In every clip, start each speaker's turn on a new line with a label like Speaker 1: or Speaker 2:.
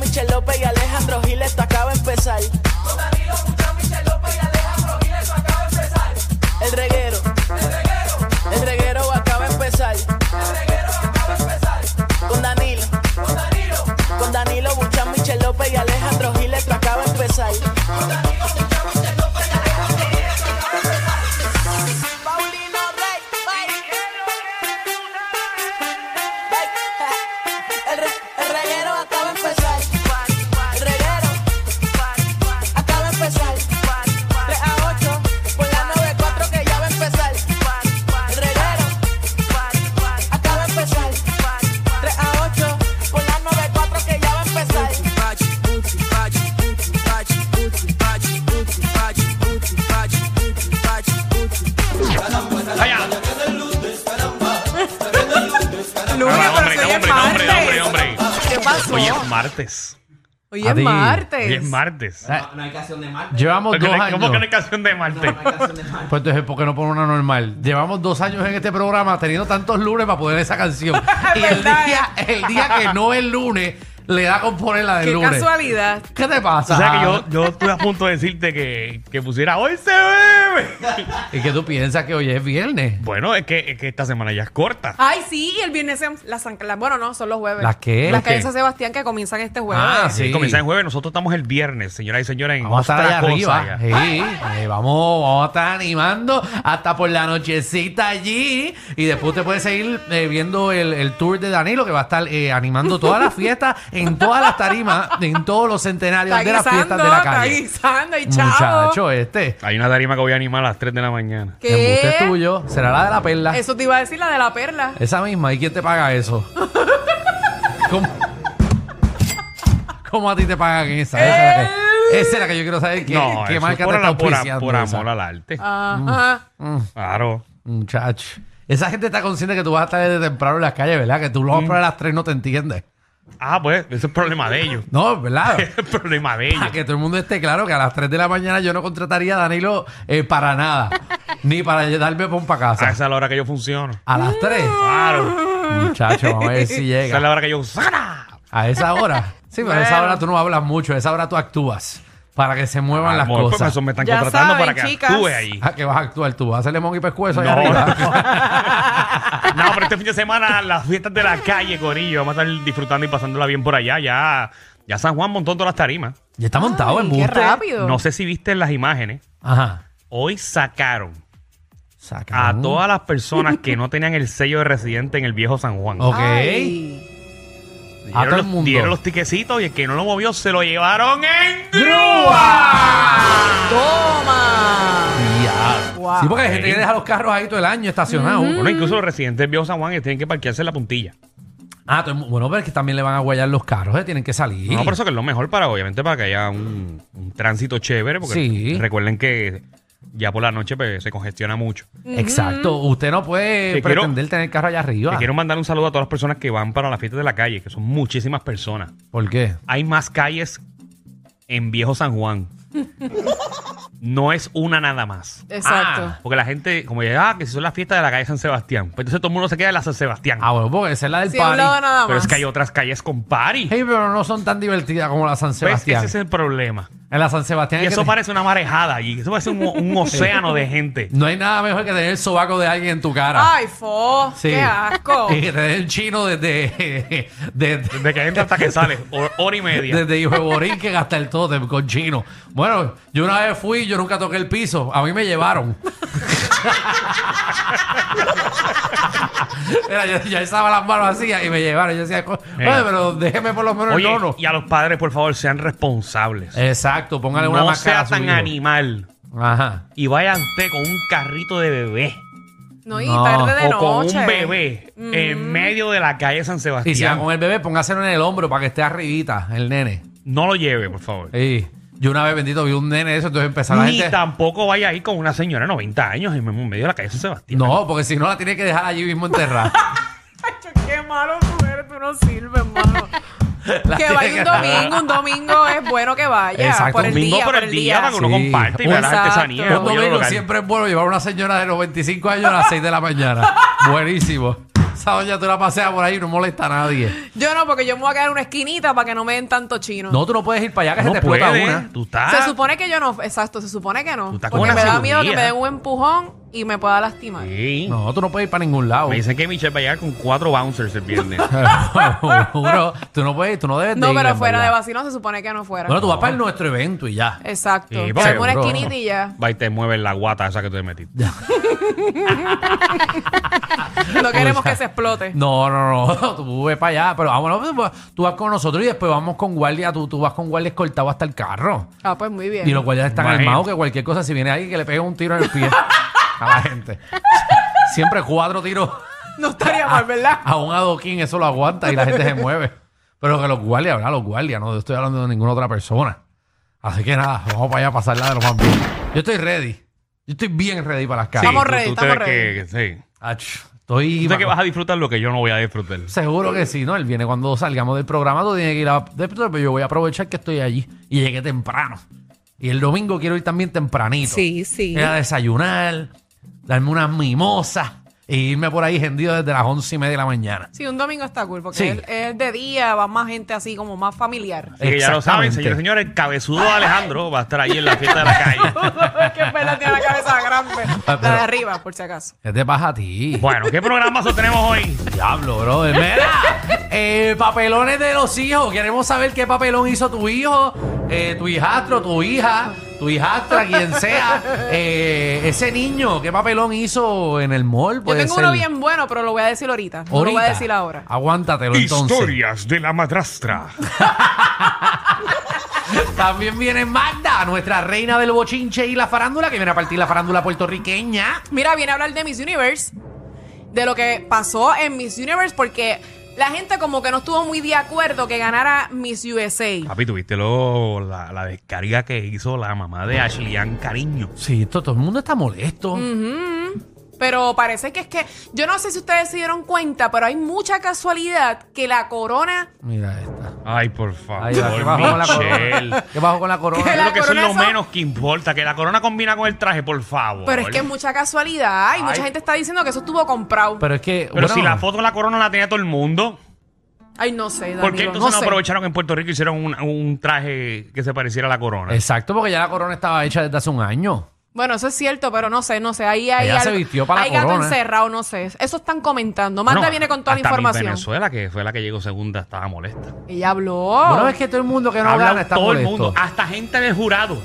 Speaker 1: Michel López y Alejandro Gil, esto acaba de empezar.
Speaker 2: Con Danilo Buchan, Michel López y Alejandro Gil, esto acaba de empezar.
Speaker 1: El reguero,
Speaker 2: El reguero,
Speaker 1: el reguero acaba de empezar.
Speaker 2: el reguero acaba de empezar.
Speaker 1: Con Danilo,
Speaker 2: Con Danilo,
Speaker 1: con Danilo Buchan, Michel López y Alejandro Gil, esto acaba de empezar. Paulino Rey, El, re- el reguero acaba de empezar. El reguero acaba de empezar. 3 a 8 por la 94 que ya va a empezar. El reguero acaba de empezar. 3 a 8 por la 94 que ya va a empezar.
Speaker 3: Lunes,
Speaker 4: Ahora,
Speaker 3: pero si hoy es
Speaker 4: hombre,
Speaker 3: martes.
Speaker 4: hombre, hombre, hombre.
Speaker 3: ¿Qué pasó?
Speaker 4: Hoy es martes.
Speaker 3: Hoy es
Speaker 5: Adi,
Speaker 3: martes.
Speaker 4: Hoy es martes.
Speaker 5: Ah,
Speaker 2: No hay canción de Marte.
Speaker 5: Llevamos
Speaker 4: ¿Cómo
Speaker 5: dos
Speaker 4: que no-
Speaker 5: años.
Speaker 4: ¿Cómo que no hay canción de martes?
Speaker 2: No hay canción de Marte.
Speaker 5: Pues entonces, ¿por qué no poner una normal? Llevamos dos años en este programa teniendo tantos lunes para poner esa canción. y el
Speaker 3: verdad,
Speaker 5: día, el día que no es lunes, le da con poner la del
Speaker 3: Qué
Speaker 5: lunes.
Speaker 3: casualidad.
Speaker 5: ¿Qué te pasa?
Speaker 4: O sea que yo, yo estuve a punto de decirte que, que pusiera hoy se bebe.
Speaker 5: ¿Y que tú piensas que hoy es viernes?
Speaker 4: Bueno, es que, es que esta semana ya es corta.
Speaker 5: Ah,
Speaker 3: Ay, sí, y el viernes se- las San- las- Bueno, no, son los jueves.
Speaker 5: ¿Las qué?
Speaker 3: Las
Speaker 5: ¿Las
Speaker 3: calles
Speaker 4: qué?
Speaker 3: de San Sebastián que comienzan este jueves.
Speaker 5: Ah,
Speaker 4: Sí,
Speaker 5: sí.
Speaker 4: comienza el jueves, nosotros estamos el viernes, señoras y señores. en
Speaker 5: Vamos a estar
Speaker 4: otra
Speaker 5: allá
Speaker 4: cosa
Speaker 5: arriba.
Speaker 4: ya.
Speaker 5: Sí, eh, vamos, vamos a estar animando hasta por la nochecita allí. Y después te puedes seguir eh, viendo el, el tour de Danilo, que va a estar eh, animando todas las fiestas en todas las tarimas, en todos los centenarios
Speaker 3: Está
Speaker 5: de las
Speaker 3: guisando,
Speaker 5: fiestas de la
Speaker 3: está
Speaker 5: calle.
Speaker 3: guisando y chao.
Speaker 5: Muchacho, este.
Speaker 4: Hay una tarima que voy a animar a las 3 de la mañana.
Speaker 5: Embuste es
Speaker 3: ¿Qué?
Speaker 5: tuyo. Será la de la perla.
Speaker 3: Eso te iba a decir la de la perla.
Speaker 5: Esa misma. ¿Y quién te paga eso? ¿Cómo, ¿Cómo a ti te pagan esa? Esa es la que, esa es la que yo quiero saber. ¿Qué,
Speaker 4: no,
Speaker 5: qué
Speaker 4: eso es
Speaker 5: marca
Speaker 4: por,
Speaker 5: te está
Speaker 4: la- por,
Speaker 5: auspiciando
Speaker 4: por
Speaker 5: esa?
Speaker 4: amor al arte.
Speaker 3: Ajá.
Speaker 5: mm.
Speaker 4: Claro.
Speaker 5: Muchacho. Esa gente está consciente que tú vas a estar desde temprano en las calles, ¿verdad? Que tú lo vas a poner a las tres no te entiendes.
Speaker 4: Ah, pues, ese es el problema de ellos.
Speaker 5: No, ¿verdad?
Speaker 4: es el problema de
Speaker 5: Para
Speaker 4: ellos.
Speaker 5: que todo el mundo esté claro que a las 3 de la mañana yo no contrataría a Danilo eh, para nada. ni para darme pon para
Speaker 4: Ah,
Speaker 5: casa.
Speaker 4: esa es la hora que yo funciono.
Speaker 5: A las 3.
Speaker 4: Claro.
Speaker 3: Mm.
Speaker 5: Muchacho, vamos a ver si
Speaker 4: Esa es
Speaker 5: llega.
Speaker 4: la hora que yo. ¡Sara!
Speaker 5: A esa hora. Sí, pero a esa
Speaker 3: Bueno.
Speaker 5: hora tú no hablas mucho. A esa hora tú actúas para que se muevan las
Speaker 4: Amor, pues,
Speaker 5: cosas.
Speaker 4: eso me están
Speaker 3: Ya
Speaker 4: contratando
Speaker 3: saben,
Speaker 4: para que
Speaker 3: chicas.
Speaker 4: actúe ahí.
Speaker 5: Ah, que vas a actuar tú. Vas a hacerle mon y pescuezo allá
Speaker 4: No.
Speaker 5: arriba.
Speaker 4: No, pero este fin de semana las fiestas de la calle, Corillo. Vamos a estar disfrutando y pasándola bien por allá. Ya, ya San Juan montó todas las tarimas.
Speaker 5: ya está montado en
Speaker 3: Qué
Speaker 5: buste.
Speaker 3: rápido.
Speaker 4: No sé si viste las imágenes.
Speaker 5: Ajá.
Speaker 4: Hoy sacaron
Speaker 5: Saca.
Speaker 4: a todas las personas que no tenían el sello de residente en el viejo San Juan.
Speaker 5: Ok.
Speaker 3: Ay.
Speaker 5: a todo el
Speaker 4: los,
Speaker 5: mundo.
Speaker 4: dieron los tiquecitos y el que no lo movió se lo llevaron en grúa.
Speaker 3: Toma.
Speaker 5: Ya.
Speaker 3: Wow.
Speaker 5: Sí, pues. porque hay gente
Speaker 4: Ok.
Speaker 5: que deja los carros ahí todo el año estacionados.
Speaker 4: Bueno, incluso los residentes del viejo San Juan eh, tienen que parquearse en la puntilla.
Speaker 5: Ah, todo el mu- bueno, pero es que también le van a guayar los carros, eh, tienen que salir.
Speaker 4: No, por eso que es lo mejor para, obviamente, para que haya un, un tránsito chévere. Porque
Speaker 5: Sí.
Speaker 4: recuerden que ya por la noche pues, se congestiona mucho.
Speaker 5: Exacto, usted no puede
Speaker 4: Te quiero-
Speaker 5: pretender tener el carro allá arriba.
Speaker 4: Te quiero mandar un saludo a todas las personas que van para las fiestas de la calle, que son muchísimas personas.
Speaker 5: ¿Por qué?
Speaker 4: hay más calles en Viejo San Juan. No es una nada más.
Speaker 3: Exacto.
Speaker 4: Ah, porque la gente, como ya, ah, que si son las fiestas de la calle San Sebastián. Pues entonces todo el mundo se queda en la San Sebastián.
Speaker 5: Ah, bueno, porque esa es la del
Speaker 3: Si
Speaker 5: party.
Speaker 3: hablaba nada más.
Speaker 4: Pero es que hay otras calles con party.
Speaker 5: Hey, pero no son tan divertidas como la San
Speaker 4: ¿Ves?
Speaker 5: Sebastián.
Speaker 4: Pues, Ese es el problema.
Speaker 5: En la San Sebastián
Speaker 4: Y
Speaker 5: es que
Speaker 4: eso
Speaker 5: te-
Speaker 4: parece una marejada y eso parece un, un océano de gente.
Speaker 5: no hay nada mejor que tener el sobaco de alguien en tu cara.
Speaker 3: Ay, fo.
Speaker 5: Sí.
Speaker 3: Qué asco.
Speaker 5: Y que te den el chino desde, desde,
Speaker 4: Desde que entra hasta que sale, hor- hora y media.
Speaker 5: desde Hijo de Borinquen hasta el Totem con chino. Bueno, yo una vez fui, yo nunca toqué el piso. A mí me llevaron. Mira, yo, yo estaba las manos vacías y me llevaron. Yo decía, "Co-
Speaker 4: Mira.
Speaker 5: oye, pero déjeme por lo menos
Speaker 4: Oye,
Speaker 5: el nono.
Speaker 4: y a los padres, por favor, sean responsables.
Speaker 5: Exacto, póngale Eh, una
Speaker 4: no
Speaker 5: máscara
Speaker 4: sea
Speaker 5: a su
Speaker 4: tan
Speaker 5: hijo.
Speaker 4: animal
Speaker 5: Ajá.
Speaker 4: y vaya usted con un carrito de bebé.
Speaker 3: No, y
Speaker 5: No,
Speaker 3: tarde de
Speaker 4: o con
Speaker 3: noche. Mm.
Speaker 4: un bebé en medio de la calle San
Speaker 5: Y si va
Speaker 4: Sebastián.
Speaker 5: con el bebé, póngaselo en el hombro para que esté arribita el nene.
Speaker 4: no lo lleve, por favor.
Speaker 5: Y yo una vez, bendito, vi un nene de eso, entonces empezó Eh, la
Speaker 4: Ni
Speaker 5: gente...
Speaker 4: tampoco vaya ahí con una señora de 90 años en medio de la calle San Sebastián.
Speaker 5: No, porque si no la tiene que dejar allí mismo enterrada.
Speaker 3: Chacho, Qué malo tú eres, tú no sirves, hermano.
Speaker 5: La
Speaker 3: que
Speaker 5: tiene
Speaker 3: vaya un
Speaker 5: que dejar.
Speaker 3: domingo, un domingo es bueno que vaya.
Speaker 5: Exacto,
Speaker 3: por el
Speaker 4: domingo
Speaker 3: día,
Speaker 4: por el día, para que uno
Speaker 5: Sí.
Speaker 4: comparte y vea las
Speaker 3: Exacto.
Speaker 4: artesanías.
Speaker 3: Un
Speaker 5: Un
Speaker 4: apoye
Speaker 5: domingo
Speaker 4: local.
Speaker 5: siempre es bueno llevar a una señora de 95 años a las 6 de la mañana. Buenísimo. Esa doña tú la paseas por ahí y no molesta a nadie.
Speaker 3: Yo no, porque yo me voy a quedar en una esquinita para que no me den tanto chino.
Speaker 5: No, tú no puedes ir para allá que
Speaker 4: no
Speaker 5: se te
Speaker 4: puedes,
Speaker 5: explota una.
Speaker 4: Tú estás.
Speaker 3: Se supone que yo no, exacto, se supone que no.
Speaker 4: Tú estás con
Speaker 3: Porque
Speaker 4: una
Speaker 3: me da miedo que
Speaker 4: cirugía.
Speaker 3: me den un empujón y me pueda lastimar.
Speaker 4: Sí.
Speaker 5: No, tú no puedes ir para ningún lado.
Speaker 4: Me dicen que Michelle va a llegar con cuatro bouncers el viernes.
Speaker 5: Juro, tú no puedes, tú no debes de
Speaker 3: No,
Speaker 5: ir,
Speaker 3: pero
Speaker 5: en
Speaker 3: fuera de
Speaker 5: verdad.
Speaker 3: vacino se supone que no fuera.
Speaker 5: Bueno, tú vas para el nuestro evento y ya.
Speaker 3: Exacto.
Speaker 4: Sí,
Speaker 3: Se
Speaker 4: porque-
Speaker 3: pone una
Speaker 5: Bro.
Speaker 3: esquinita y ya.
Speaker 4: va y te mueve la guata esa que tú te metiste.
Speaker 3: No queremos
Speaker 5: O sea,
Speaker 3: que se explote.
Speaker 5: No, no, no, tú ves para allá, pero vámonos, pues, pues, tú vas con nosotros y después vamos con guardia, tú, tú vas con guardia escoltado hasta el carro.
Speaker 3: Ah, pues muy bien.
Speaker 5: Y los guardias están
Speaker 4: Imagínate.
Speaker 5: armados que cualquier cosa, si viene alguien que le pegue un tiro en el pie a la gente. Siempre cuatro tiros
Speaker 3: No estaría mal, ¿verdad?
Speaker 5: a un adoquín, eso lo aguanta y la gente se mueve. Pero que los guardias, ¿verdad? Los guardias, no estoy hablando de ninguna otra persona. Así que nada, vamos para allá a pasarla de lo más bien. Yo estoy ready. Yo estoy bien ready para las calles.
Speaker 3: Estamos
Speaker 4: tú-
Speaker 3: ready,
Speaker 4: tú te
Speaker 3: estamos
Speaker 4: ves que- que sí.
Speaker 5: Ach, estoy...
Speaker 4: Tú te que vas a disfrutar lo que yo no voy a disfrutar.
Speaker 5: Seguro que sí, ¿no? Él viene cuando salgamos del programa, tú tienes que ir a... de- Pero yo voy a aprovechar que estoy allí y llegué temprano. Y el domingo quiero ir también tempranito.
Speaker 6: Sí, sí.
Speaker 5: Ir a desayunar, darme unas mimosas e irme por ahí hendido desde las once y media de la mañana.
Speaker 3: Sí, un domingo está cool, porque
Speaker 5: Sí.
Speaker 3: es, es de día, va más gente así, como más familiar.
Speaker 4: Así que ya lo saben,
Speaker 5: Exactamente.
Speaker 4: señores y señores, el cabezudo Alejandro va a estar ahí en la fiesta de la calle.
Speaker 3: que Perla tiene la cabeza grande. La de
Speaker 5: Ah, pero-
Speaker 3: arriba, por si acaso.
Speaker 5: ¿Qué te pasa a ti?
Speaker 4: Bueno, ¿qué programazo tenemos hoy?
Speaker 5: Diablo, bro. Mira, eh, papelones de los hijos. Queremos saber qué papelón hizo tu hijo, eh, tu hijastro, tu hija, tu hijastra, quien sea. Eh, ese niño, qué papelón hizo en el mall.
Speaker 3: Yo
Speaker 5: Puede
Speaker 3: tengo uno
Speaker 5: ser.
Speaker 3: bien bueno, pero lo voy a decir ahorita. No lo voy
Speaker 5: Ahorita.
Speaker 3: a decir ahora.
Speaker 5: Aguántatelo entonces.
Speaker 4: de la madrastra.
Speaker 5: También viene Magda, nuestra reina del bochinche y la farándula, que viene a partir la farándula puertorriqueña.
Speaker 3: Mira, viene a hablar de Miss Universe, de lo que pasó en Miss Universe, porque la gente como que no estuvo muy de acuerdo que ganara Miss USA.
Speaker 4: Papi, ¿tuviste lo, la, la descarga que hizo la mamá de Ashley Ann Cariño?
Speaker 5: Sí, esto, todo el mundo está molesto.
Speaker 3: Pero parece que es que, yo no sé si ustedes se dieron cuenta, pero hay mucha casualidad que la corona,
Speaker 5: Mira esta.
Speaker 4: Ay, por favor,
Speaker 5: Ahí va, ¿qué bajó con la
Speaker 4: Michelle.
Speaker 5: corona? ¿Qué bajó con la
Speaker 3: Que
Speaker 5: corona?
Speaker 3: la
Speaker 4: lo que son
Speaker 3: corona
Speaker 4: lo
Speaker 3: son-
Speaker 4: menos que importa, que la corona combina con el traje, por favor.
Speaker 3: pero es que es mucha casualidad y mucha gente está diciendo que eso estuvo comprado.
Speaker 5: Pero es que.
Speaker 4: Pero
Speaker 5: bueno,
Speaker 4: si la foto de la corona la tenía todo el mundo,
Speaker 3: Ay, no sé, Danilo,
Speaker 4: ¿por qué entonces no,
Speaker 3: sé.
Speaker 4: aprovecharon que en Puerto Rico y hicieron un, un traje que se pareciera a la corona?
Speaker 5: Exacto, porque ya la corona estaba hecha desde hace un año.
Speaker 3: Bueno, eso es cierto, pero no sé, no sé. Ahí hay
Speaker 5: Ella se
Speaker 3: algo-
Speaker 5: vistió para la
Speaker 3: hay gato
Speaker 5: corona. ¿eh?
Speaker 3: encerrado, no sé. Eso están comentando. Manda
Speaker 4: Bueno,
Speaker 3: viene con toda la
Speaker 4: hasta Miss
Speaker 3: información.
Speaker 4: Venezuela, que fue la que llegó segunda, estaba molesta.
Speaker 3: Ella habló.
Speaker 5: Bueno, es que todo el mundo que no
Speaker 4: Habla
Speaker 5: gana está
Speaker 4: Oh. todo el
Speaker 5: molesto.
Speaker 4: mundo, Ah, hasta gente del jurado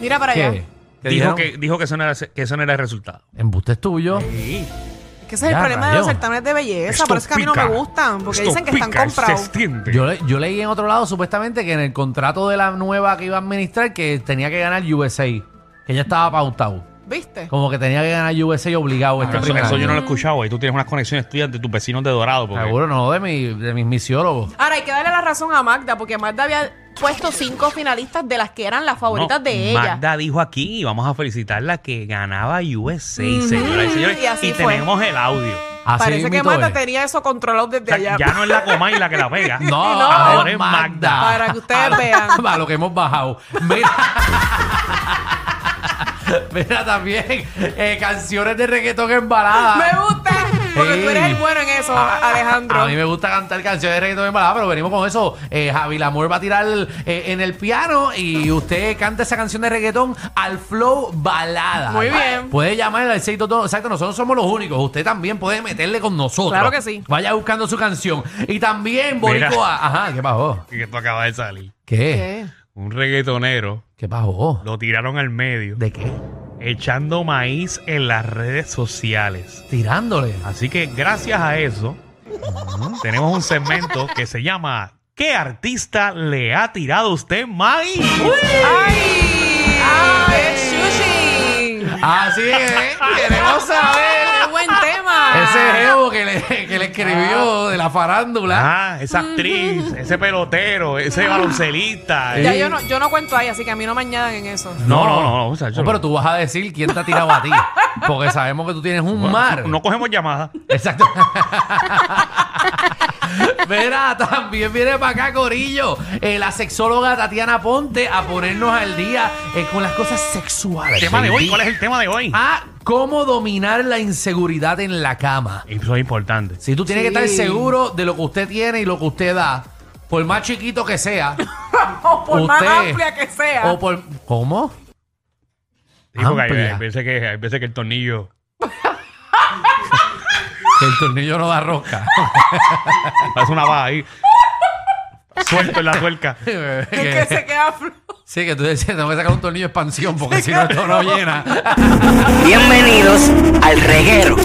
Speaker 3: Mira para allá.
Speaker 5: ¿Qué? ¿Qué
Speaker 4: dijo
Speaker 5: dijeron?
Speaker 4: que, dijo que, eso no era, que eso no era el resultado.
Speaker 5: Embuste es tuyo.
Speaker 3: Es que ese es
Speaker 5: Ya,
Speaker 3: el problema de
Speaker 5: rayos.
Speaker 3: los certámenes de belleza.
Speaker 4: Esto
Speaker 3: Por eso es que a mí no me
Speaker 4: pica.
Speaker 3: gustan, porque
Speaker 4: Esto
Speaker 3: dicen que están
Speaker 4: pica,
Speaker 3: comprados.
Speaker 4: Se
Speaker 5: este.
Speaker 4: extiende.
Speaker 5: Yo, le- yo leí en otro lado supuestamente que en el contrato de la nueva que iba a administrar que tenía que ganar USA, que ya estaba pautado.
Speaker 3: ¿Viste?
Speaker 5: Como que tenía que ganar USA obligado este
Speaker 4: Pero Ah, eso,
Speaker 5: primer
Speaker 4: eso yo
Speaker 5: año.
Speaker 4: no lo he escuchado, y tú tienes unas conexiones tuyas de tus vecinos de Dorado. porque-
Speaker 5: Seguro no, de, mi, de mis misiólogos.
Speaker 3: Ahora hay que darle la razón a Magda, porque Magda había puesto cinco finalistas de las que eran las favoritas
Speaker 4: No,
Speaker 3: de ella.
Speaker 4: Magda dijo aquí, y vamos a felicitarla, que ganaba USA, señoras y señores.
Speaker 3: y así
Speaker 4: Y
Speaker 3: fue.
Speaker 4: tenemos el audio.
Speaker 5: Así
Speaker 3: Parece que
Speaker 5: mismito
Speaker 3: Magda
Speaker 5: es.
Speaker 3: tenía eso controlado desde
Speaker 4: O sea,
Speaker 3: allá.
Speaker 4: ya no es la coma y la que la pega.
Speaker 5: No,
Speaker 3: No.
Speaker 5: ahora es
Speaker 4: Magda.
Speaker 5: Magda.
Speaker 3: Para que ustedes
Speaker 5: A lo-
Speaker 3: vean.
Speaker 5: A lo que hemos bajado. Mira. Mira también eh, canciones de reggaetón en balada.
Speaker 3: Me gusta, porque tú eres
Speaker 5: Ey.
Speaker 3: el bueno en eso,
Speaker 5: A-
Speaker 3: Alejandro.
Speaker 5: A, mí me gusta cantar canciones de reggaetón en balada, pero venimos con eso. Eh, Javi Lamor va a tirar eh, en el piano y usted canta esa canción de reggaetón al flow balada.
Speaker 3: Muy bien.
Speaker 5: Puede llamar al 622. Exacto, nosotros somos los únicos. Usted también puede meterle con nosotros.
Speaker 3: Claro que sí.
Speaker 5: Vaya buscando su canción. Y también,
Speaker 4: Mira.
Speaker 5: Boricua. Ajá, ¿qué pasó?
Speaker 4: Que esto acaba de salir.
Speaker 5: ¿Qué?
Speaker 3: ¿Qué?
Speaker 4: Un reggaetonero
Speaker 5: ¿Qué pasó?
Speaker 4: lo tiraron al medio,
Speaker 5: ¿De qué?
Speaker 4: echando maíz en las redes sociales.
Speaker 5: Tirándole.
Speaker 4: Así que gracias a eso, tenemos un segmento que se llama ¿Qué artista le ha tirado usted maíz?
Speaker 3: ¡Ay! ¡Ay! ¡Sushi!
Speaker 5: Así es, queremos saber.
Speaker 3: ¡Qué buen tema!
Speaker 5: Ese jevo que le, que le escribió de la farándula.
Speaker 4: Ah, esa actriz, ese pelotero,
Speaker 5: Ah.
Speaker 4: ese baloncelista.
Speaker 3: Ya
Speaker 4: eh.
Speaker 3: yo no, yo no cuento ahí, así que a mí no me añadan en eso.
Speaker 4: No, no, no, no, muchacho,
Speaker 5: pero tú vas a decir quién te ha tirado a ti. Porque sabemos que tú tienes un mar. Pues
Speaker 4: No cogemos llamadas.
Speaker 5: Exacto. Mira, también viene para acá Corillo, eh, la sexóloga Tatiana Ponte a ponernos al día eh, con las cosas sexuales.
Speaker 4: El tema de hoy,
Speaker 5: baby.
Speaker 4: ¿cuál es el tema de hoy?
Speaker 5: Ah, ¿Cómo dominar la inseguridad en la cama?
Speaker 4: Eso es importante.
Speaker 5: Si tú tienes
Speaker 3: Sí.
Speaker 5: que estar seguro de lo que usted tiene y lo que usted da, por más chiquito que sea.
Speaker 3: o por más
Speaker 5: usted-
Speaker 3: amplia que sea.
Speaker 5: O por, ¿Cómo?
Speaker 4: Sí, porque hay,
Speaker 5: Amplia.
Speaker 4: hay veces que, hay veces que el tornillo.
Speaker 5: Que el tornillo no da rosca.
Speaker 4: Hace una baja ahí. Suelto en la tuerca.
Speaker 3: que, que se queda flo-
Speaker 5: Sí, que tú decías, tengo que sacar un tornillo de expansión porque si no, esto no llena.
Speaker 6: Bienvenidos al reguero.